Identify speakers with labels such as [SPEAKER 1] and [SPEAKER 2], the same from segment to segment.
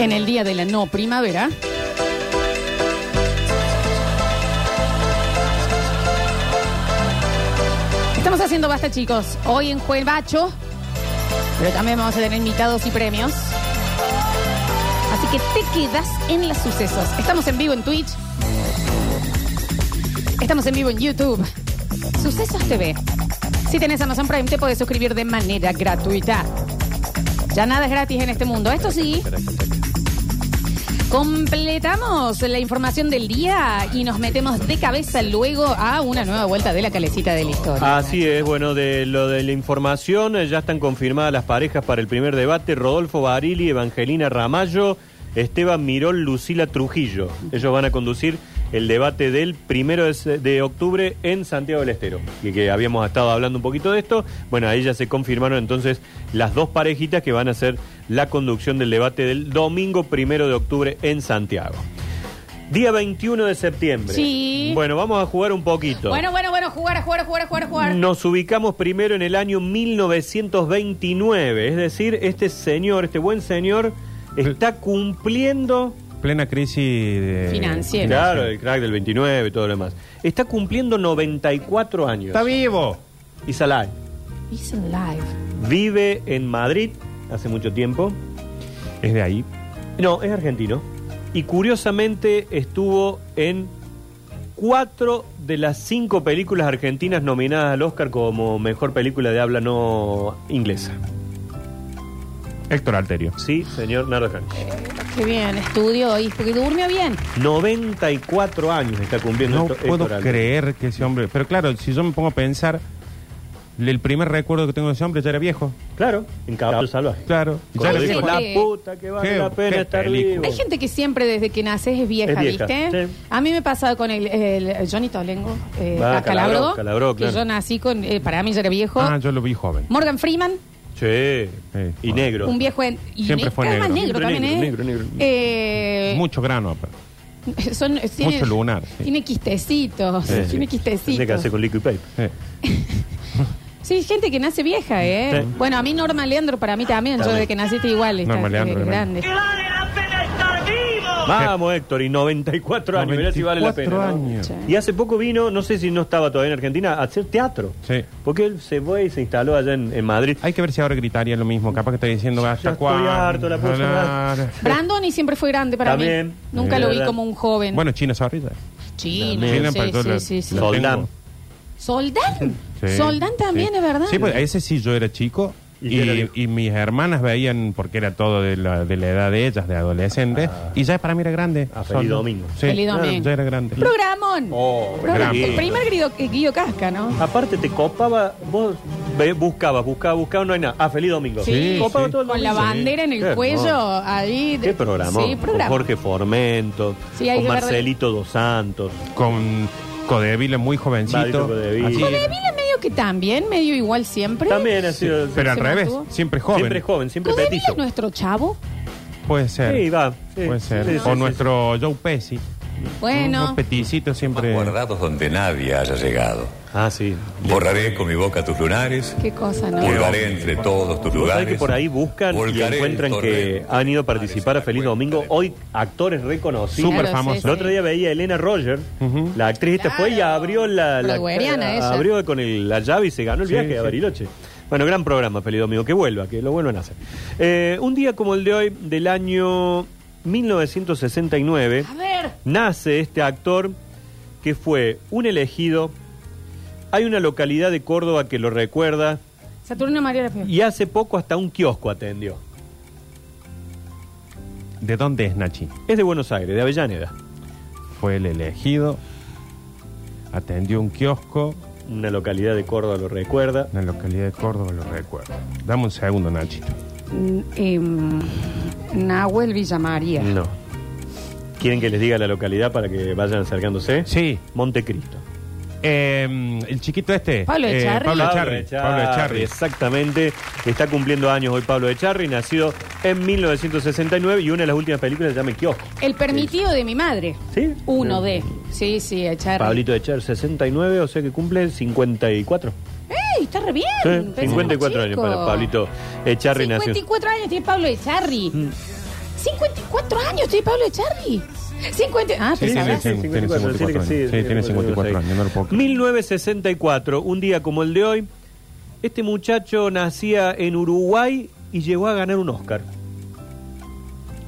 [SPEAKER 1] en el día de la no primavera. Estamos haciendo basta, chicos. Hoy en Juez Bacho, pero también vamos a tener invitados y premios. Así que te quedas en los sucesos. Estamos en vivo en Twitch. Estamos en vivo en YouTube. Sucesos TV. Si tenés Amazon Prime, te podés suscribir de manera gratuita. Ya nada es gratis en este mundo. Esto sí. Completamos la información del día y nos metemos de cabeza luego a una nueva vuelta de la calecita de la historia.
[SPEAKER 2] Así es, bueno, de lo de la información, eh, ya están confirmadas las parejas para el primer debate, Rodolfo Barili, Evangelina Ramallo, Esteban Mirol, Lucila Trujillo. Ellos van a conducir el debate del primero de se- de octubre en Santiago del Estero, y que habíamos estado hablando un poquito de esto. Bueno, ahí ya se confirmaron entonces las dos parejitas que van a hacer la conducción del debate del domingo primero de octubre en Santiago. Día 21 de septiembre.
[SPEAKER 1] Sí.
[SPEAKER 2] Bueno, vamos a jugar un poquito.
[SPEAKER 1] Bueno, bueno, bueno, jugar, jugar, jugar, jugar, jugar.
[SPEAKER 2] Nos ubicamos primero en el año 1929, es decir, este señor, este buen señor, está cumpliendo...
[SPEAKER 3] Plena crisis de-
[SPEAKER 1] Financiera.
[SPEAKER 2] Claro, el crack del 29 y todo lo demás. Está cumpliendo 94 años.
[SPEAKER 3] Está vivo.
[SPEAKER 2] Y Salah
[SPEAKER 1] He's alive.
[SPEAKER 2] vive en Madrid hace mucho tiempo.
[SPEAKER 3] Es de ahí.
[SPEAKER 2] No, es argentino. Y curiosamente estuvo en cuatro de las cinco películas argentinas nominadas al Oscar como mejor película de habla no inglesa.
[SPEAKER 3] Héctor Alterio.
[SPEAKER 2] Sí, señor Nardo Jara.
[SPEAKER 1] Qué bien, estudió y porque durmió bien.
[SPEAKER 2] 94 años está cumpliendo
[SPEAKER 3] No
[SPEAKER 2] esto-
[SPEAKER 3] puedo
[SPEAKER 2] Héctor Alberto.
[SPEAKER 3] creer que ese hombre. Pero claro, si yo me pongo a pensar, el primer recuerdo que tengo de ese hombre ya era viejo.
[SPEAKER 2] Claro, en Caballo Salvaje.
[SPEAKER 3] Claro. Ya
[SPEAKER 2] Cuando
[SPEAKER 3] era
[SPEAKER 1] Sí,
[SPEAKER 2] dijo, la
[SPEAKER 3] viejo.
[SPEAKER 1] sí.
[SPEAKER 2] puta que vale
[SPEAKER 3] Qué-
[SPEAKER 2] la pena
[SPEAKER 3] qué
[SPEAKER 2] estar
[SPEAKER 3] película.
[SPEAKER 2] vivo.
[SPEAKER 1] Hay gente que siempre desde que naces es vieja,
[SPEAKER 2] Es vieja,
[SPEAKER 1] ¿viste?
[SPEAKER 2] sí.
[SPEAKER 1] A mí me pasaba con el, el Johnny Tolengo, eh,
[SPEAKER 2] Ah,
[SPEAKER 1] a Calabro,
[SPEAKER 2] Calabro, Calabro,
[SPEAKER 1] que
[SPEAKER 2] claro.
[SPEAKER 1] yo nací con, eh, para mí ya era viejo.
[SPEAKER 3] Ah, yo lo vi joven.
[SPEAKER 1] Morgan Freeman,
[SPEAKER 2] Che,
[SPEAKER 3] Sí.
[SPEAKER 2] y negro.
[SPEAKER 1] un viejo en, y
[SPEAKER 3] Siempre
[SPEAKER 1] ne-
[SPEAKER 3] fue
[SPEAKER 1] además
[SPEAKER 3] negro.
[SPEAKER 2] Siempre
[SPEAKER 1] también, ¿eh?
[SPEAKER 2] negro, negro, negro.
[SPEAKER 1] Eh,
[SPEAKER 3] Mucho grano. aparte.
[SPEAKER 1] son- eh, tiene,
[SPEAKER 3] mucho lunar, sí.
[SPEAKER 1] Tiene quistecitos,
[SPEAKER 2] Sí, sí.
[SPEAKER 1] tiene
[SPEAKER 2] Tendría que
[SPEAKER 1] quistecitos.
[SPEAKER 2] hacer con liquid paper.
[SPEAKER 3] Eh,
[SPEAKER 1] Sí, gente que nace vieja, ¿eh?
[SPEAKER 2] Sí.
[SPEAKER 1] Bueno, a mí Norma Leandro, para mí también, yo
[SPEAKER 2] También.
[SPEAKER 1] desde que naciste igual, está,
[SPEAKER 3] Norma Leandro,
[SPEAKER 1] eh, grande.
[SPEAKER 3] tremendo.
[SPEAKER 4] ¡Que vale la pena estar vivo!
[SPEAKER 2] Vamos, Héctor, y 94 años. Mirá si vale la
[SPEAKER 3] 94
[SPEAKER 2] pena. ¿no?
[SPEAKER 3] años.
[SPEAKER 1] Sí.
[SPEAKER 2] Y hace poco vino, no sé si no estaba todavía en Argentina, a hacer teatro.
[SPEAKER 3] Sí.
[SPEAKER 2] Porque él se fue y se instaló allá en, en Madrid.
[SPEAKER 3] Hay que ver si ahora gritaría lo mismo. Capaz que está diciendo
[SPEAKER 2] Ya
[SPEAKER 3] hasta
[SPEAKER 2] estoy
[SPEAKER 3] cuándo.
[SPEAKER 2] harto, la puta
[SPEAKER 3] Claro.
[SPEAKER 1] Brandoni siempre fue grande para mí.
[SPEAKER 2] También.
[SPEAKER 1] Nunca
[SPEAKER 2] Sí,
[SPEAKER 1] lo vi
[SPEAKER 2] verdad.
[SPEAKER 1] como un joven.
[SPEAKER 3] Bueno, China, sorry. ya.
[SPEAKER 1] chino.
[SPEAKER 3] China,
[SPEAKER 1] sí,
[SPEAKER 3] pero yo
[SPEAKER 1] sí,
[SPEAKER 3] la-
[SPEAKER 1] sí, sí.
[SPEAKER 3] la
[SPEAKER 2] Soldán.
[SPEAKER 3] tengo.
[SPEAKER 1] Soldán.
[SPEAKER 3] Sí.
[SPEAKER 1] Soldán también,
[SPEAKER 3] Sí.
[SPEAKER 1] es verdad.
[SPEAKER 3] Sí, pues ese sí yo era chico.
[SPEAKER 2] Y ya era
[SPEAKER 3] Y,
[SPEAKER 2] viejo.
[SPEAKER 3] y mis hermanas veían, porque era todo de la, de la edad de ellas, de adolescentes, y ya para mí era grande.
[SPEAKER 2] Ah, feliz
[SPEAKER 3] Solo.
[SPEAKER 2] domingo.
[SPEAKER 3] Sí,
[SPEAKER 1] Feliz domingo.
[SPEAKER 3] ya era grande.
[SPEAKER 1] Programón.
[SPEAKER 2] Oh,
[SPEAKER 1] Programa-
[SPEAKER 3] gran.
[SPEAKER 1] El primer Guido, Guido Casca, ¿no?
[SPEAKER 2] Aparte te copaba, vos ve- buscabas, buscabas, buscabas, no hay nada. Ah, feliz domingo.
[SPEAKER 1] Sí,
[SPEAKER 2] Copaba
[SPEAKER 3] sí.
[SPEAKER 2] todo el
[SPEAKER 1] Con la
[SPEAKER 2] domingo.
[SPEAKER 1] bandera en el
[SPEAKER 2] Qué
[SPEAKER 1] cuello,
[SPEAKER 2] hermoso.
[SPEAKER 1] ahí. de-
[SPEAKER 2] Qué programa.
[SPEAKER 1] Sí, programa.
[SPEAKER 2] Con Jorge Formento,
[SPEAKER 1] Sí, hay
[SPEAKER 2] con
[SPEAKER 1] que ver de-
[SPEAKER 2] Marcelito Dos Santos.
[SPEAKER 3] Con Codevila muy
[SPEAKER 2] Badito
[SPEAKER 3] jovencito.
[SPEAKER 2] Codevila.
[SPEAKER 3] así.
[SPEAKER 1] Codevila medio que también, medio igual siempre.
[SPEAKER 2] También ha sido
[SPEAKER 3] Pero al
[SPEAKER 1] ¿Se
[SPEAKER 3] revés,
[SPEAKER 1] mantuvo?
[SPEAKER 3] siempre joven.
[SPEAKER 2] siempre joven, siempre
[SPEAKER 1] Codevila
[SPEAKER 2] petizo.
[SPEAKER 1] es nuestro chavo.
[SPEAKER 3] Puede ser.
[SPEAKER 2] Sí, va. sí.
[SPEAKER 3] Puede ser.
[SPEAKER 2] Sí, sí,
[SPEAKER 3] o
[SPEAKER 2] sí.
[SPEAKER 3] nuestro Joe Pesci. Unos
[SPEAKER 1] Bueno.
[SPEAKER 3] peticitos siempre.
[SPEAKER 5] Guardados donde nadie haya llegado.
[SPEAKER 2] Ah, sí.
[SPEAKER 5] Borraré con mi boca tus lunares,
[SPEAKER 1] Qué cosa, ¿no?
[SPEAKER 5] pulgaré entre todos tus
[SPEAKER 2] Vos sabés
[SPEAKER 5] lugares.
[SPEAKER 2] que por ahí buscan y
[SPEAKER 5] volcaré el
[SPEAKER 2] encuentran que
[SPEAKER 5] torrente.
[SPEAKER 2] han ido a participar a Feliz Domingo. Hoy actores reconocidos.
[SPEAKER 3] Súper
[SPEAKER 1] Claro,
[SPEAKER 3] famoso.
[SPEAKER 1] sí,
[SPEAKER 2] El otro día veía a Elena Roger,
[SPEAKER 3] Ujú.
[SPEAKER 2] la actriz esta fue y
[SPEAKER 1] Claro.
[SPEAKER 2] abrió la, la eh,
[SPEAKER 1] Broadwayana ella.
[SPEAKER 2] abrió con el- la llave y se ganó el
[SPEAKER 3] Sí,
[SPEAKER 2] viaje a
[SPEAKER 3] sí.
[SPEAKER 2] Bariloche. Bueno, gran programa, Feliz Domingo, que vuelva, que lo vuelvan a hacer. Eh, un día como el de hoy, del año 1969,
[SPEAKER 1] A ver.
[SPEAKER 2] nace este actor que fue un elegido. Hay una localidad de Córdoba que lo recuerda
[SPEAKER 1] Saturno María la Fe.
[SPEAKER 2] y hace poco hasta un kiosco atendió.
[SPEAKER 3] ¿De dónde es Nachi?
[SPEAKER 2] Es de Buenos Aires, de Avellaneda.
[SPEAKER 3] Fue el elegido. Atendió un kiosco.
[SPEAKER 2] Una localidad de Córdoba lo recuerda.
[SPEAKER 3] En la localidad de Córdoba, lo recuerdo. Dame un segundo, Nachito.
[SPEAKER 1] Mm, em, Nahuel Villamaría.
[SPEAKER 2] No. ¿Quieren que les diga la localidad para que vayan acercándose?
[SPEAKER 3] Sí.
[SPEAKER 2] Montecristo.
[SPEAKER 3] Eh, el chiquito este.
[SPEAKER 1] Pablo
[SPEAKER 3] eh,
[SPEAKER 1] Echarri.
[SPEAKER 3] Pablo
[SPEAKER 2] Pablo
[SPEAKER 3] Echarri.
[SPEAKER 2] Echarri,
[SPEAKER 3] Pablo Echarri.
[SPEAKER 2] Exactamente. Está cumpliendo años hoy Pablo Echarri, nacido en 1969 y una de las últimas películas se llama El Kiosco.
[SPEAKER 1] El permitido de mi madre.
[SPEAKER 2] ¿Sí?
[SPEAKER 1] Uno
[SPEAKER 2] Mm.
[SPEAKER 1] de. Sí, sí, echar.
[SPEAKER 2] Pablito Echarri, 69, o sea que cumple 54.
[SPEAKER 1] ¡Ey, está re bien!
[SPEAKER 2] Sí,
[SPEAKER 1] Pensé que era
[SPEAKER 2] 54 años
[SPEAKER 1] chico.
[SPEAKER 2] para Pablito Echarri nació. Mm.
[SPEAKER 1] 54 años tiene Pablo Echarri. 54 años, che, Pablo Echarri. 50. Ah,
[SPEAKER 3] Sí,
[SPEAKER 1] ¿te
[SPEAKER 3] tiene
[SPEAKER 1] sabes?
[SPEAKER 3] sí, sí, tiene 54 años. Sí, tiene 54 años, no lo puedo creer.
[SPEAKER 2] 1964, un día como el de hoy, este muchacho nacía en Uruguay y llegó a ganar un Oscar.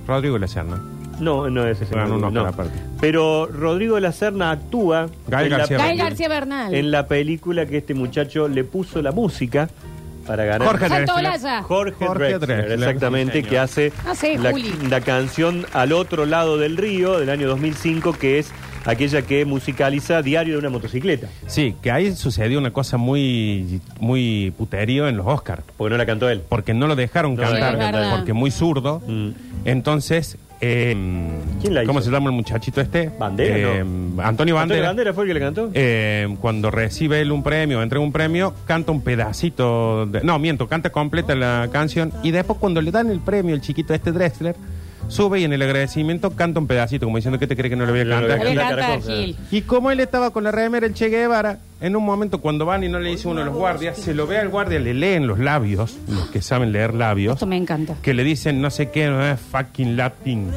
[SPEAKER 3] Rodrigo La Serna.
[SPEAKER 2] No, no es ese.
[SPEAKER 3] Ganó un
[SPEAKER 2] no.
[SPEAKER 3] Oscar aparte.
[SPEAKER 2] Pero Rodrigo de la Serna actúa
[SPEAKER 3] Gael
[SPEAKER 2] en, la,
[SPEAKER 3] García
[SPEAKER 1] Gael García Bernal.
[SPEAKER 2] en la película que este muchacho le puso la música para ganar.
[SPEAKER 3] Jorge
[SPEAKER 1] Salto
[SPEAKER 3] Drexler.
[SPEAKER 1] Olaya.
[SPEAKER 2] Jorge,
[SPEAKER 3] Jorge
[SPEAKER 2] Drexler,
[SPEAKER 3] Drexler, sí,
[SPEAKER 2] exactamente,
[SPEAKER 3] señor.
[SPEAKER 2] que hace
[SPEAKER 1] Ah, sí,
[SPEAKER 2] la,
[SPEAKER 1] Juli.
[SPEAKER 2] la canción Al otro lado del río del año 2005, que es aquella que musicaliza Diario de una motocicleta,
[SPEAKER 3] Sí, que ahí sucedió una cosa muy, muy puterío en los Oscars.
[SPEAKER 2] porque no la cantó él.
[SPEAKER 3] Porque no lo dejaron
[SPEAKER 2] No,
[SPEAKER 3] cantar,
[SPEAKER 2] sí, es
[SPEAKER 1] verdad.
[SPEAKER 3] porque muy zurdo.
[SPEAKER 2] Mm.
[SPEAKER 3] Entonces, eh,
[SPEAKER 2] ¿Quién la
[SPEAKER 3] ¿cómo
[SPEAKER 2] hizo?
[SPEAKER 3] se llama el muchachito este?
[SPEAKER 2] Bandera,
[SPEAKER 3] Eh,
[SPEAKER 2] ¿no?
[SPEAKER 3] Antonio
[SPEAKER 2] ¿Antonio
[SPEAKER 3] Bandera.
[SPEAKER 2] Bandera fue el que le cantó?
[SPEAKER 3] Eh, cuando recibe él un premio, entrega un premio, canta un pedacito, de- no, miento, canta completa la canción y después cuando le dan el premio el chiquito este Drexler, sube y en el agradecimiento canta un pedacito, como diciendo que te cree que no le voy a
[SPEAKER 2] No lo voy a
[SPEAKER 3] cantar.
[SPEAKER 1] Gael
[SPEAKER 2] la
[SPEAKER 1] García
[SPEAKER 2] caracoja.
[SPEAKER 1] Gil.
[SPEAKER 3] Y como él estaba con la remera el Che Guevara, en un momento cuando van y no le dice uno de los guardias, se lo ve al guardia, le leen los labios, los que saben leer labios,
[SPEAKER 1] Esto me encanta.
[SPEAKER 3] que le dicen no sé qué, no es fucking latín.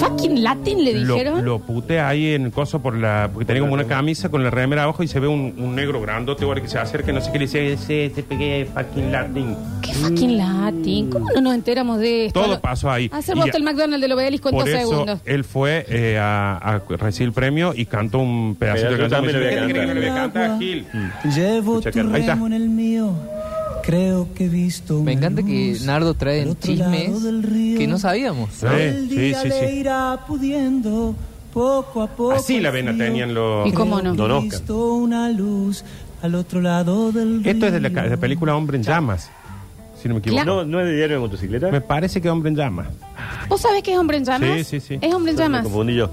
[SPEAKER 1] Fucking Latin le
[SPEAKER 3] Lo,
[SPEAKER 1] dijeron.
[SPEAKER 3] lo puté ahí en el coso por la, porque tenía como una camisa con la remera abajo y se ve un, un negro grandote ahora que se acerca y no sé qué le dice, ese te pegué fucking latín.
[SPEAKER 1] ¿Qué fucking Latin? ¿Cómo no nos enteramos de esto?
[SPEAKER 3] Mm. Todo pasó ahí.
[SPEAKER 1] Hacemos
[SPEAKER 3] Y-
[SPEAKER 1] hasta el McDonald's del Obelisco en
[SPEAKER 3] Por
[SPEAKER 1] dos
[SPEAKER 3] eso
[SPEAKER 1] segundos.
[SPEAKER 3] él fue eh, a, a recibir el premio y cantó un pedacito
[SPEAKER 2] Pero yo
[SPEAKER 3] de
[SPEAKER 2] también lo
[SPEAKER 3] canción.
[SPEAKER 2] voy a
[SPEAKER 3] ¿Qué te crees que
[SPEAKER 2] cantar.
[SPEAKER 3] no le voy a cantar, Gil?
[SPEAKER 6] Llevo
[SPEAKER 2] Escucha,
[SPEAKER 6] tu
[SPEAKER 2] Carlos.
[SPEAKER 3] Mm. Ahí está.
[SPEAKER 6] remo en el mío. Creo que he visto.
[SPEAKER 7] Me
[SPEAKER 6] una
[SPEAKER 7] encanta que
[SPEAKER 6] luz
[SPEAKER 7] Nardo
[SPEAKER 6] al
[SPEAKER 7] trae
[SPEAKER 6] otro
[SPEAKER 7] chismes
[SPEAKER 6] lado del río.
[SPEAKER 7] que no sabíamos.
[SPEAKER 3] Sí,
[SPEAKER 6] El
[SPEAKER 3] sí,
[SPEAKER 6] día
[SPEAKER 3] sí,
[SPEAKER 6] le
[SPEAKER 3] sí.
[SPEAKER 6] irá pudiendo poco a poco.
[SPEAKER 3] Así la
[SPEAKER 6] el
[SPEAKER 3] vena
[SPEAKER 6] frío.
[SPEAKER 3] tenían los...
[SPEAKER 1] ¿Y cómo no?
[SPEAKER 2] Don
[SPEAKER 6] He
[SPEAKER 2] Oscar.
[SPEAKER 6] visto una luz al otro lado del río.
[SPEAKER 3] Esto es de la, ca- de la película Hombre en Llamas, si no me equivoco.
[SPEAKER 2] ¿No, ¿No es de Diario de motocicleta?
[SPEAKER 3] Me parece que Hombre en Llamas.
[SPEAKER 1] ¿Vos sabés que es hombre en llamas?
[SPEAKER 3] Sí, sí, sí.
[SPEAKER 1] Es hombre en
[SPEAKER 2] Me
[SPEAKER 1] llamas.
[SPEAKER 2] confundí yo.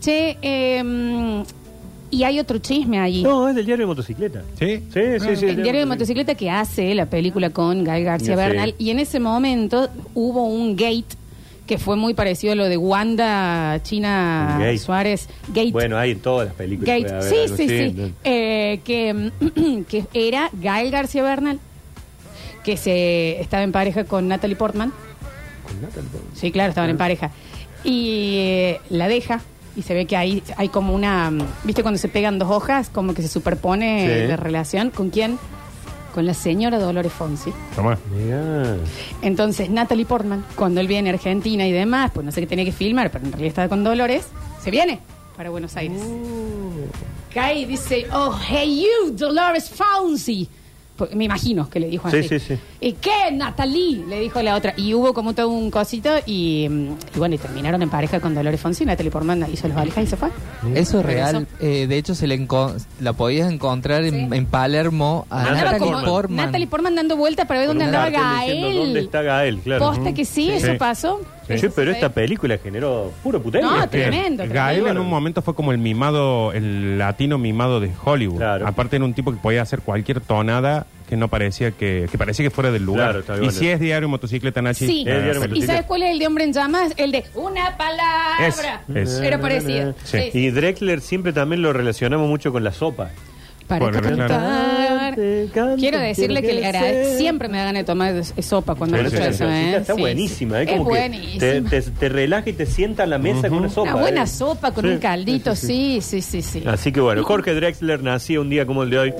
[SPEAKER 1] Che, eh, y hay otro chisme allí.
[SPEAKER 2] No, es del Diario de motocicleta.
[SPEAKER 3] ¿Sí?
[SPEAKER 2] Sí, sí, sí.
[SPEAKER 1] El diario de motocicleta que hace la película con Guy García
[SPEAKER 2] Sí.
[SPEAKER 1] Bernal. Y en ese momento hubo un gate que fue muy parecido a lo de Wanda China
[SPEAKER 2] Un gate.
[SPEAKER 1] Suárez. Gate.
[SPEAKER 2] Bueno, hay en todas las películas.
[SPEAKER 1] Gate.
[SPEAKER 2] puede haber
[SPEAKER 1] Sí,
[SPEAKER 2] algo
[SPEAKER 1] sí,
[SPEAKER 2] así,
[SPEAKER 1] sí.
[SPEAKER 2] ¿no?
[SPEAKER 1] Eh, que, mm, que era Gael García Bernal, que se estaba en pareja con Natalie Portman. Sí, claro, estaban
[SPEAKER 2] Ah.
[SPEAKER 1] en pareja. Y eh, la deja. Y se ve que ahí hay como una. mm, ¿Viste cuando se pegan dos hojas? Como que se superpone
[SPEAKER 2] Sí.
[SPEAKER 1] la relación. ¿Con quién? Con la señora Dolores Fonsi.
[SPEAKER 3] Tomá.
[SPEAKER 2] Mirá.
[SPEAKER 1] Entonces, Natalie Portman, cuando él viene a Argentina y demás, pues no sé qué tenía que filmar, pero en realidad estaba con Dolores, se viene para Buenos Aires.
[SPEAKER 2] Mm.
[SPEAKER 1] Cae y dice, oh, hey you, Dolores Fonsi. Porque me imagino que le dijo
[SPEAKER 2] Sí,
[SPEAKER 1] así.
[SPEAKER 2] sí, sí.
[SPEAKER 1] ¿Y qué, Natalie? Le dijo la otra. Y hubo como todo un cosito y, mm, y bueno, y terminaron en pareja con Dolores Fonsi. Natalie Portman hizo los valijas y se fue.
[SPEAKER 7] Eso es
[SPEAKER 1] Regresó.
[SPEAKER 7] real. Eh, de hecho, se le enco- la podías encontrar en,
[SPEAKER 1] Sí.
[SPEAKER 7] en Palermo a
[SPEAKER 2] Andaba
[SPEAKER 1] Andaba
[SPEAKER 7] Ah, Natalie
[SPEAKER 1] como
[SPEAKER 2] Portman.
[SPEAKER 7] Portman.
[SPEAKER 1] Natalie Portman dando vuelta para ver
[SPEAKER 2] Con
[SPEAKER 1] dónde
[SPEAKER 2] un
[SPEAKER 1] andaba
[SPEAKER 2] cartel diciendo,
[SPEAKER 1] Gael.
[SPEAKER 2] ¿Dónde está Gael? Claro.
[SPEAKER 1] Posta que sí, eso
[SPEAKER 3] Sí.
[SPEAKER 1] pasó.
[SPEAKER 2] Sí,
[SPEAKER 1] Eso
[SPEAKER 2] pero
[SPEAKER 1] se-
[SPEAKER 2] esta película generó puro putería.
[SPEAKER 1] No,
[SPEAKER 2] Sí.
[SPEAKER 1] tremendo,
[SPEAKER 3] Eh,
[SPEAKER 1] tremendo.
[SPEAKER 3] Gael en un momento fue como el mimado, el latino mimado de Hollywood.
[SPEAKER 2] Claro.
[SPEAKER 3] Aparte era un tipo que podía hacer cualquier tonada que no parecía que, que parecía que fuera del lugar.
[SPEAKER 2] Claro, está
[SPEAKER 3] y
[SPEAKER 2] bien.
[SPEAKER 3] si es diario motocicleta, Nachi.
[SPEAKER 1] Sí.
[SPEAKER 2] Eh, diario
[SPEAKER 1] ¿Y
[SPEAKER 2] motocicleta.
[SPEAKER 1] sabes cuál es el de hombre en llamas? El de una palabra.
[SPEAKER 3] Es, es.
[SPEAKER 1] Era parecido.
[SPEAKER 3] Sí.
[SPEAKER 1] Sí.
[SPEAKER 2] Y Drexler siempre también lo relacionamos mucho con la sopa.
[SPEAKER 1] Para
[SPEAKER 3] Bueno, claro.
[SPEAKER 1] cantar.
[SPEAKER 2] Cante, cante,
[SPEAKER 1] Quiero decirle que le agrade-
[SPEAKER 2] sé.
[SPEAKER 1] siempre me da ganas de tomar es- sopa cuando
[SPEAKER 2] Pero
[SPEAKER 1] me
[SPEAKER 3] Sí,
[SPEAKER 2] esa
[SPEAKER 1] escucho
[SPEAKER 3] sí,
[SPEAKER 1] eso.
[SPEAKER 2] cancioncita
[SPEAKER 1] ¿eh?
[SPEAKER 2] Está
[SPEAKER 1] Sí,
[SPEAKER 2] buenísima,
[SPEAKER 1] sí.
[SPEAKER 2] ¿eh? Como
[SPEAKER 1] es
[SPEAKER 2] que te,
[SPEAKER 1] buenísima.
[SPEAKER 2] te, te relaja y te sienta a la mesa con una sopa.
[SPEAKER 1] Una buena
[SPEAKER 2] ¿eh?
[SPEAKER 1] sopa con
[SPEAKER 2] Sí.
[SPEAKER 1] un caldito, sí, sí, sí, sí.
[SPEAKER 3] Ah.
[SPEAKER 2] Así que bueno, Jorge Drexler nacía un día como el de hoy,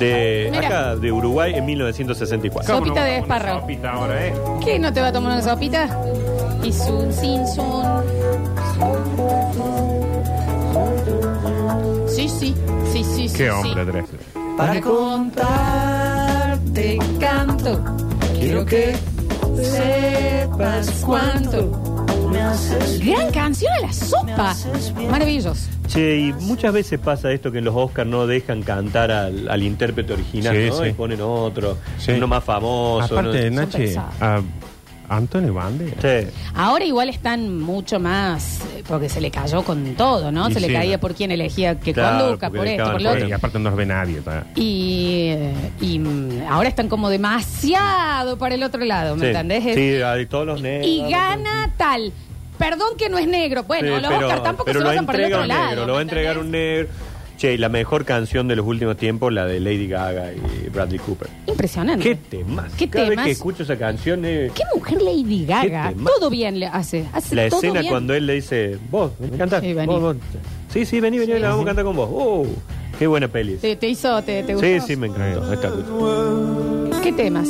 [SPEAKER 2] de
[SPEAKER 1] Mira.
[SPEAKER 2] acá, de Uruguay, en 1964.
[SPEAKER 3] ¿Cómo
[SPEAKER 1] Sopita
[SPEAKER 3] no
[SPEAKER 1] de
[SPEAKER 3] vamos a una
[SPEAKER 1] espárrago.
[SPEAKER 3] Sopita ahora, ¿eh?
[SPEAKER 1] ¿Qué no te va a tomar una sopita? Y sun, sin sun. Sí, sí, sí, sí, sí.
[SPEAKER 3] Qué
[SPEAKER 1] sí.
[SPEAKER 3] hombre, Drexler.
[SPEAKER 6] Para
[SPEAKER 1] contarte canto. Quiero que sepas cuánto. Gran canción a la sopa. Maravilloso.
[SPEAKER 2] Che, y muchas veces pasa esto que en los Oscars no dejan cantar al, al intérprete original,
[SPEAKER 3] Sí,
[SPEAKER 2] ¿no?
[SPEAKER 3] sí.
[SPEAKER 2] Y ponen otro,
[SPEAKER 3] Sí.
[SPEAKER 2] uno más famoso.
[SPEAKER 3] Aparte,
[SPEAKER 2] ¿no?
[SPEAKER 3] Nachi,
[SPEAKER 1] pesados.
[SPEAKER 3] a Antonio Banderas.
[SPEAKER 2] Sí.
[SPEAKER 1] Ahora igual están mucho más, eh, porque se le cayó con todo, ¿no?
[SPEAKER 3] Y
[SPEAKER 1] se le
[SPEAKER 3] sí.
[SPEAKER 1] caía por quién elegía que
[SPEAKER 2] Claro,
[SPEAKER 1] conduzca,
[SPEAKER 2] porque
[SPEAKER 1] por
[SPEAKER 2] le
[SPEAKER 1] esto, por
[SPEAKER 2] acaban
[SPEAKER 1] lo
[SPEAKER 2] con
[SPEAKER 1] otro.
[SPEAKER 3] Y aparte no los ve nadie. pa.
[SPEAKER 1] Y, eh, y, mm, ahora están como demasiado para el otro lado, ¿me
[SPEAKER 2] Sí.
[SPEAKER 1] entendés? Es-
[SPEAKER 2] Sí, hay todos los negros.
[SPEAKER 1] y gana tal. Perdón que no es negro. Bueno,
[SPEAKER 2] Sí,
[SPEAKER 1] los Oscar tampoco
[SPEAKER 2] pero
[SPEAKER 1] se
[SPEAKER 2] lo
[SPEAKER 1] pasan para el otro
[SPEAKER 2] entrega un
[SPEAKER 1] lado.
[SPEAKER 2] negro, Lo va
[SPEAKER 1] ¿me
[SPEAKER 2] a entregar un
[SPEAKER 1] entendés?
[SPEAKER 2] negro. Che, y la mejor canción de los últimos tiempos, la de Lady Gaga y Bradley Cooper.
[SPEAKER 1] Impresionante.
[SPEAKER 2] ¿Qué temas?
[SPEAKER 1] ¿Qué
[SPEAKER 2] Cada vez
[SPEAKER 1] temas?
[SPEAKER 2] que escucho esa canción, eh,
[SPEAKER 1] ¿Qué mujer Lady Gaga?
[SPEAKER 2] temas?
[SPEAKER 1] Todo bien le hace. hace
[SPEAKER 2] la
[SPEAKER 1] todo
[SPEAKER 2] escena
[SPEAKER 1] bien.
[SPEAKER 2] cuando él le dice, vos, vení a cantar.
[SPEAKER 1] Sí, vení.
[SPEAKER 2] vos, vos". Sí, sí, vení, vení, la vamos a cantar con vos. ¡Oh! ¡Qué buena peli!
[SPEAKER 1] Te, te hizo, te, te
[SPEAKER 2] sí,
[SPEAKER 1] gustó.
[SPEAKER 2] sí, me encantó. Esta-
[SPEAKER 1] ¿Qué temas?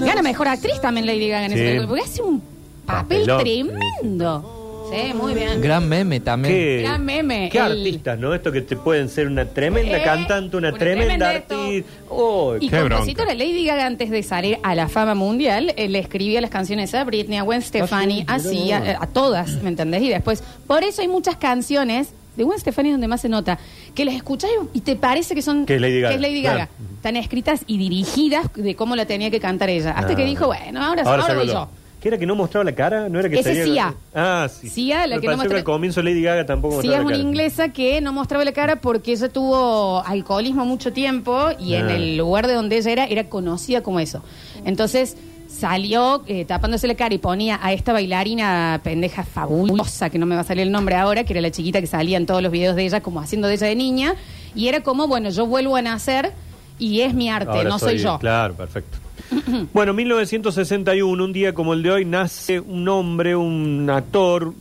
[SPEAKER 1] Gana mejor actriz también Lady Gaga en
[SPEAKER 2] Sí.
[SPEAKER 1] ese película, porque hace un papel
[SPEAKER 2] Papelón,
[SPEAKER 1] tremendo. Sí, muy bien.
[SPEAKER 7] Gran meme también.
[SPEAKER 2] Qué,
[SPEAKER 1] Gran meme,
[SPEAKER 2] qué
[SPEAKER 1] el-
[SPEAKER 2] artistas, ¿no? Esto que te pueden ser una tremenda
[SPEAKER 1] Eh,
[SPEAKER 2] cantante, una,
[SPEAKER 1] una
[SPEAKER 2] tremenda
[SPEAKER 1] tremenda
[SPEAKER 2] artista.
[SPEAKER 1] esto.
[SPEAKER 2] ¡Oh!
[SPEAKER 1] Y
[SPEAKER 3] Qué
[SPEAKER 1] compositora Lady Gaga antes de salir a la fama mundial, eh, le escribía las canciones a Britney, a
[SPEAKER 2] Ah,
[SPEAKER 1] Gwen Stefani, así, a, a todas, ¿me entendés? Y después, por eso hay muchas canciones de Gwen Stefani donde más se nota, que las escuchás y te parece que son...
[SPEAKER 2] Que es Lady Gaga, claro.
[SPEAKER 1] Gaga. Están escritas y dirigidas de cómo la tenía que cantar ella. Hasta
[SPEAKER 2] Ah.
[SPEAKER 1] que dijo, bueno, ahora, ahora,
[SPEAKER 2] sácalo.
[SPEAKER 1] voy yo.
[SPEAKER 2] ¿Qué era que no mostraba la cara? ¿No era que
[SPEAKER 1] Ese
[SPEAKER 2] salía-
[SPEAKER 1] Sia.
[SPEAKER 2] Ah, sí.
[SPEAKER 1] Sia, la
[SPEAKER 2] Me
[SPEAKER 1] que no
[SPEAKER 2] pareció
[SPEAKER 1] mostraba-
[SPEAKER 2] al comienzo Lady Gaga tampoco
[SPEAKER 1] Sí,
[SPEAKER 2] mostraba
[SPEAKER 1] es
[SPEAKER 2] la
[SPEAKER 1] una
[SPEAKER 2] cara.
[SPEAKER 1] inglesa que no mostraba la cara porque ella tuvo alcoholismo mucho tiempo y en
[SPEAKER 2] Ah.
[SPEAKER 1] el lugar de donde ella era era conocida como eso. Entonces salió eh, tapándose la cara y ponía a esta bailarina pendeja fabulosa, que no me va a salir el nombre ahora, que era la chiquita que salía en todos los videos de ella como haciendo de ella de niña, y era como, bueno, yo vuelvo a nacer y es mi arte,
[SPEAKER 2] Ahora
[SPEAKER 1] no soy, yo.
[SPEAKER 2] Claro, perfecto. bueno, 1961, un día como el de hoy, nace un hombre, un actor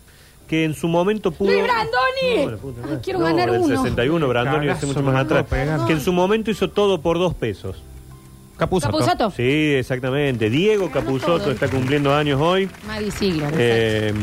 [SPEAKER 2] que en su momento pudo.
[SPEAKER 1] ¡Luis Brandoni!
[SPEAKER 2] la puta
[SPEAKER 1] Ay,
[SPEAKER 2] madre.
[SPEAKER 1] quiero
[SPEAKER 2] No,
[SPEAKER 1] ganar
[SPEAKER 2] del
[SPEAKER 1] uno.
[SPEAKER 2] 61, Brandoni, hace
[SPEAKER 3] Cagazo,
[SPEAKER 2] mucho más
[SPEAKER 3] me
[SPEAKER 2] atrás.
[SPEAKER 3] acabo de pegar.
[SPEAKER 2] Que en su momento hizo todo por dos pesos.
[SPEAKER 3] Capuzoto.
[SPEAKER 1] Capuzoto.
[SPEAKER 2] Sí, exactamente. Diego Capuzotto
[SPEAKER 1] todo.
[SPEAKER 2] está cumpliendo años hoy.
[SPEAKER 1] Maddy Sigler.
[SPEAKER 2] Eh,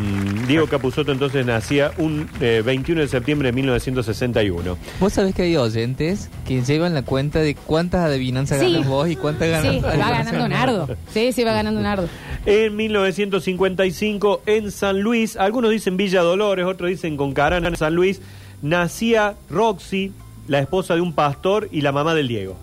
[SPEAKER 2] Diego Capuzotto entonces nacía un eh, 21 de septiembre de 1961.
[SPEAKER 7] Vos sabés que hay oyentes que llevan la cuenta de cuántas adivinanzas
[SPEAKER 1] Sí.
[SPEAKER 7] ganas vos y cuántas ganas
[SPEAKER 1] Sí, va ganando Nardo. Sí, sí, va ganando Nardo.
[SPEAKER 2] En 1955 en San Luis, algunos dicen Villa Dolores, otros dicen Concarana en San Luis, nacía Roxy, la esposa de un pastor y la mamá del Diego.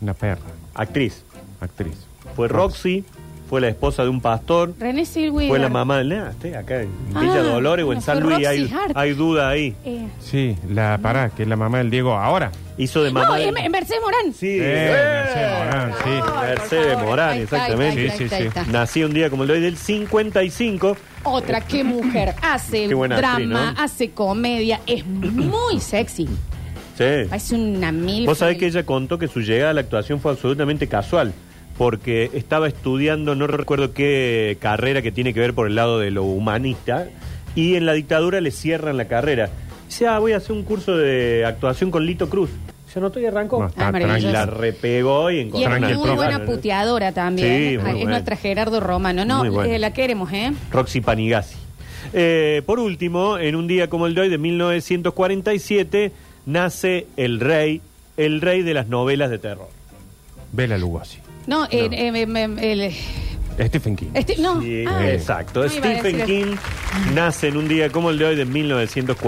[SPEAKER 3] Una perra.
[SPEAKER 2] Actriz.
[SPEAKER 3] Actriz.
[SPEAKER 1] Ah.
[SPEAKER 2] Fue Roxy, fue la esposa de un pastor,
[SPEAKER 1] René Silwi.
[SPEAKER 2] fue la mamá del... Nah, estoy acá en
[SPEAKER 1] Ah,
[SPEAKER 2] Villa Dolores o en
[SPEAKER 1] bueno,
[SPEAKER 2] San
[SPEAKER 1] fue Roxy
[SPEAKER 2] Luis, hay,
[SPEAKER 1] Hart.
[SPEAKER 2] hay duda ahí.
[SPEAKER 1] Eh,
[SPEAKER 3] Sí, la pará, que es la mamá del Diego ahora.
[SPEAKER 2] Hizo de mamá...
[SPEAKER 1] No,
[SPEAKER 2] del-
[SPEAKER 1] es Mer- Mercedes Morán.
[SPEAKER 2] Sí,
[SPEAKER 3] Eh, Mercedes Morán, sí.
[SPEAKER 1] Ah,
[SPEAKER 2] Mercedes Morán,
[SPEAKER 1] Ahí está, ahí está,
[SPEAKER 2] exactamente.
[SPEAKER 1] ahí está, ahí está,
[SPEAKER 3] Sí, sí,
[SPEAKER 1] ahí está.
[SPEAKER 2] Nací un día como el de hoy del 55.
[SPEAKER 1] Otra, qué mujer. Hace
[SPEAKER 2] Qué buena
[SPEAKER 1] drama,
[SPEAKER 2] actriz, ¿no?
[SPEAKER 1] hace comedia. Es muy sexy.
[SPEAKER 2] Sí.
[SPEAKER 1] Parece una mil.
[SPEAKER 2] Vos sabés que ella contó que su llegada a la actuación fue absolutamente casual, porque estaba estudiando, no recuerdo qué carrera que tiene que ver por el lado de lo humanista, y en la dictadura le cierran la carrera. Dice, ah, voy a hacer un curso de actuación con Lito Cruz. Se anotó y arrancó.
[SPEAKER 3] No, está
[SPEAKER 1] Ah,
[SPEAKER 2] Y
[SPEAKER 1] maravilloso.
[SPEAKER 3] tranquila.
[SPEAKER 2] la repegó y
[SPEAKER 1] Y
[SPEAKER 2] encontró
[SPEAKER 1] es
[SPEAKER 3] Tranqui,
[SPEAKER 2] una
[SPEAKER 1] muy
[SPEAKER 3] profe.
[SPEAKER 2] estrofa,
[SPEAKER 1] buena
[SPEAKER 2] ¿no?
[SPEAKER 1] puteadas también.
[SPEAKER 2] Sí, muy
[SPEAKER 1] Ah, es
[SPEAKER 2] buena.
[SPEAKER 1] nuestra Gerardo Romano. No,
[SPEAKER 2] Muy buena.
[SPEAKER 1] eh, la queremos, ¿eh?
[SPEAKER 2] Roxy Panigasi. Eh, por último, en un día como el de hoy, de 1947, nace el rey, el rey de las novelas de terror.
[SPEAKER 3] Bela Lugosi.
[SPEAKER 1] No, eh, eh, eh, eh, el-
[SPEAKER 3] Stephen King.
[SPEAKER 1] este- no.
[SPEAKER 2] Sí,
[SPEAKER 1] ah,
[SPEAKER 2] exacto.
[SPEAKER 1] No iba a
[SPEAKER 2] Stephen
[SPEAKER 1] decir
[SPEAKER 2] King nace en un día como el de hoy de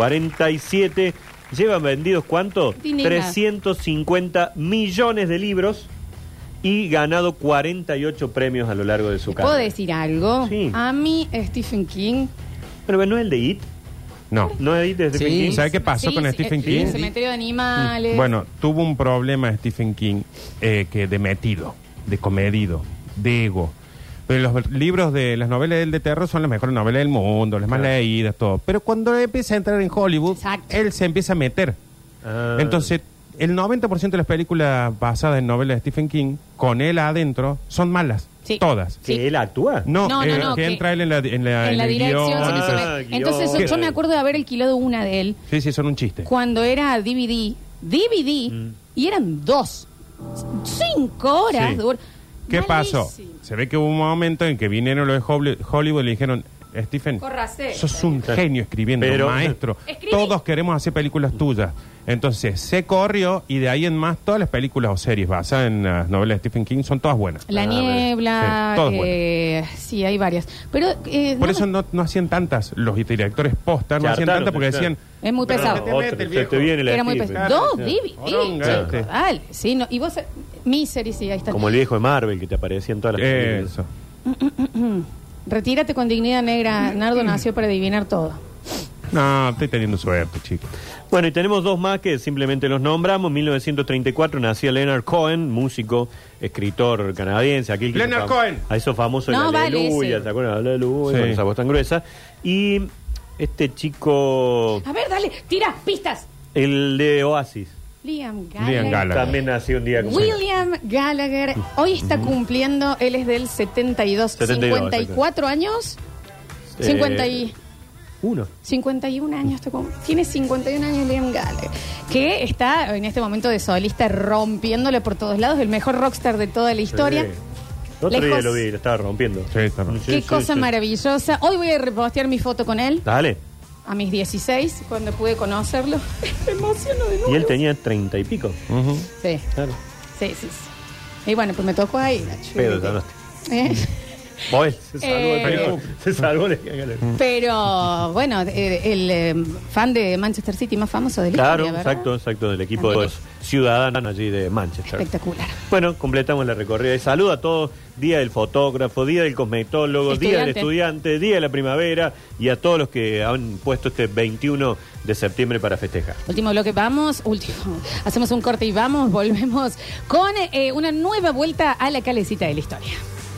[SPEAKER 2] 1947. Llevan vendidos cuánto?
[SPEAKER 1] Estoy indignada.
[SPEAKER 2] 350 millones de libros y ganado 48 premios a lo largo de su
[SPEAKER 1] ¿Puedo
[SPEAKER 2] carrera.
[SPEAKER 1] decir algo?
[SPEAKER 2] Sí.
[SPEAKER 1] A mí, Stephen King.
[SPEAKER 2] Pero no es el de It,
[SPEAKER 3] No.
[SPEAKER 2] no es el de Stephen
[SPEAKER 7] Sí.
[SPEAKER 2] King.
[SPEAKER 3] ¿Sabe qué pasó
[SPEAKER 1] Sí,
[SPEAKER 3] con
[SPEAKER 1] sí,
[SPEAKER 3] Stephen
[SPEAKER 1] eh,
[SPEAKER 3] King? Mm,
[SPEAKER 1] El cementerio de animales.
[SPEAKER 3] Bueno, tuvo un problema Stephen King eh, que de metido, de comedido, de ego. Pero los libros de las novelas de él de terror son las mejores novelas del mundo, las más leídas, todo. Pero cuando empieza a entrar en Hollywood,
[SPEAKER 1] Exacto.
[SPEAKER 3] él se empieza a meter.
[SPEAKER 2] Ah.
[SPEAKER 3] Entonces, el 90% de las películas basadas en novelas de Stephen King, con él adentro, son malas.
[SPEAKER 1] Sí.
[SPEAKER 3] Todas.
[SPEAKER 2] ¿Que
[SPEAKER 1] Sí.
[SPEAKER 2] él actúa?
[SPEAKER 3] No,
[SPEAKER 1] No, no,
[SPEAKER 3] eh,
[SPEAKER 1] no,
[SPEAKER 3] que,
[SPEAKER 1] que-
[SPEAKER 3] entra él en la, en la-
[SPEAKER 1] en
[SPEAKER 3] en
[SPEAKER 1] la
[SPEAKER 3] el
[SPEAKER 1] dirección.
[SPEAKER 3] guión.
[SPEAKER 1] se
[SPEAKER 2] Ah,
[SPEAKER 1] hizo ver.
[SPEAKER 2] guión.
[SPEAKER 1] Entonces yo- yo me acuerdo de haber alquilado una de él
[SPEAKER 3] Sí, sí, son un chiste.
[SPEAKER 1] cuando era DVD. DVD y eran dos. Cinco horas.
[SPEAKER 3] Sí.
[SPEAKER 1] dur-
[SPEAKER 3] ¿Qué
[SPEAKER 1] Malísimo.
[SPEAKER 3] pasó? Se ve que hubo un momento en que vinieron los de Hobli- Hollywood y le dijeron, Stephen,
[SPEAKER 1] Corracé.
[SPEAKER 3] sos un genio escribiendo,
[SPEAKER 2] Pero-
[SPEAKER 3] maestro.
[SPEAKER 1] eh, Escribí.
[SPEAKER 3] Todos queremos hacer películas tuyas. Entonces se corrió y de ahí en más todas las películas o series basadas en las novelas de Stephen King son todas buenas.
[SPEAKER 1] La niebla.
[SPEAKER 3] Sí, todas
[SPEAKER 1] eh, sí, hay varias. Pero. eh,
[SPEAKER 3] Por
[SPEAKER 1] no-
[SPEAKER 3] eso no, no hacían tantas, los directores postas no hacían
[SPEAKER 2] Chartaron,
[SPEAKER 3] tantas porque
[SPEAKER 2] claro.
[SPEAKER 3] decían...
[SPEAKER 1] Es muy
[SPEAKER 3] "Pero no
[SPEAKER 1] pesado.
[SPEAKER 3] te
[SPEAKER 2] Otro,
[SPEAKER 3] metes,
[SPEAKER 2] se
[SPEAKER 3] viejo".
[SPEAKER 2] te viene el
[SPEAKER 1] Era muy
[SPEAKER 2] Stephen.
[SPEAKER 1] pesado. Dos
[SPEAKER 3] Sí.
[SPEAKER 1] DVD.
[SPEAKER 3] Poronga.
[SPEAKER 1] chicos, dale, sí, no, y vos. eh, Misery, sí, ahí está.
[SPEAKER 2] Como el viejo de Marvel que te aparecía en todas las películas.
[SPEAKER 3] Eso.
[SPEAKER 1] Retírate con dignidad negra. Nardo nació para adivinar todo.
[SPEAKER 3] No, estoy teniendo suerte, chico.
[SPEAKER 2] Bueno, y tenemos dos más que simplemente los nombramos. 1934 nacía Leonard Cohen, músico, escritor canadiense. Aquí el que
[SPEAKER 3] Leonard
[SPEAKER 2] hizo fam-
[SPEAKER 3] Cohen.
[SPEAKER 2] A eso famoso de
[SPEAKER 1] No,
[SPEAKER 2] la
[SPEAKER 1] vale
[SPEAKER 2] aleluya,
[SPEAKER 1] ese.
[SPEAKER 2] ¿se acuerdan? Aleluya,
[SPEAKER 3] Sí.
[SPEAKER 2] con esa voz tan gruesa. Y este chico,
[SPEAKER 1] A ver, dale, tira, pistas.
[SPEAKER 2] el de Oasis,
[SPEAKER 1] Liam Gallagher.
[SPEAKER 3] Liam Gallagher.
[SPEAKER 2] también nació un día como...
[SPEAKER 1] William Gallagher hoy está cumpliendo, él es del 72,
[SPEAKER 2] 72,
[SPEAKER 1] 54 años,
[SPEAKER 2] Eh,
[SPEAKER 1] 50 y-
[SPEAKER 2] Uno.
[SPEAKER 1] 51 años, está cum- tiene 51 años Liam Gallagher, que está en este momento de solista rompiéndole por todos lados, el mejor rockstar de toda la historia.
[SPEAKER 2] Sí. El Otro día
[SPEAKER 1] Lejos.
[SPEAKER 2] lo vi, lo estaba rompiendo.
[SPEAKER 3] Sí, está rompiendo.
[SPEAKER 2] Sí,
[SPEAKER 1] Qué
[SPEAKER 2] sí,
[SPEAKER 1] cosa
[SPEAKER 2] sí.
[SPEAKER 1] maravillosa. Hoy voy a repostear mi foto con él
[SPEAKER 2] Dale.
[SPEAKER 1] a mis 16, cuando pude conocerlo. Me emociono de nuevo.
[SPEAKER 2] Y él tenía treinta y pico.
[SPEAKER 1] Sí,
[SPEAKER 2] Claro.
[SPEAKER 1] sí, sí. sí. Y bueno, pues me tocó ahí, Nacho.
[SPEAKER 2] Pedo, ya no está.
[SPEAKER 1] ¿Eh?
[SPEAKER 2] Vos, se salvó el
[SPEAKER 1] Eh,
[SPEAKER 2] pedo. Se salvó el Gallagher.
[SPEAKER 1] Pero bueno, eh, el eh, fan de Manchester City más famoso del
[SPEAKER 2] Claro, exacto, exacto, del equipo de
[SPEAKER 1] También.
[SPEAKER 2] los ciudadanos allí de Manchester.
[SPEAKER 1] Espectacular.
[SPEAKER 2] Bueno, completamos la recorrida. Y saludo a todos, Día del Fotógrafo, Día del Cosmetólogo, Día del
[SPEAKER 1] Estudiante.
[SPEAKER 2] Estudiante, Día de la Primavera y a todos los que han puesto este 21 de septiembre para festejar.
[SPEAKER 1] Último bloque, vamos. Último. Hacemos un corte y vamos. Volvemos con eh, una nueva vuelta a la calecita de la historia.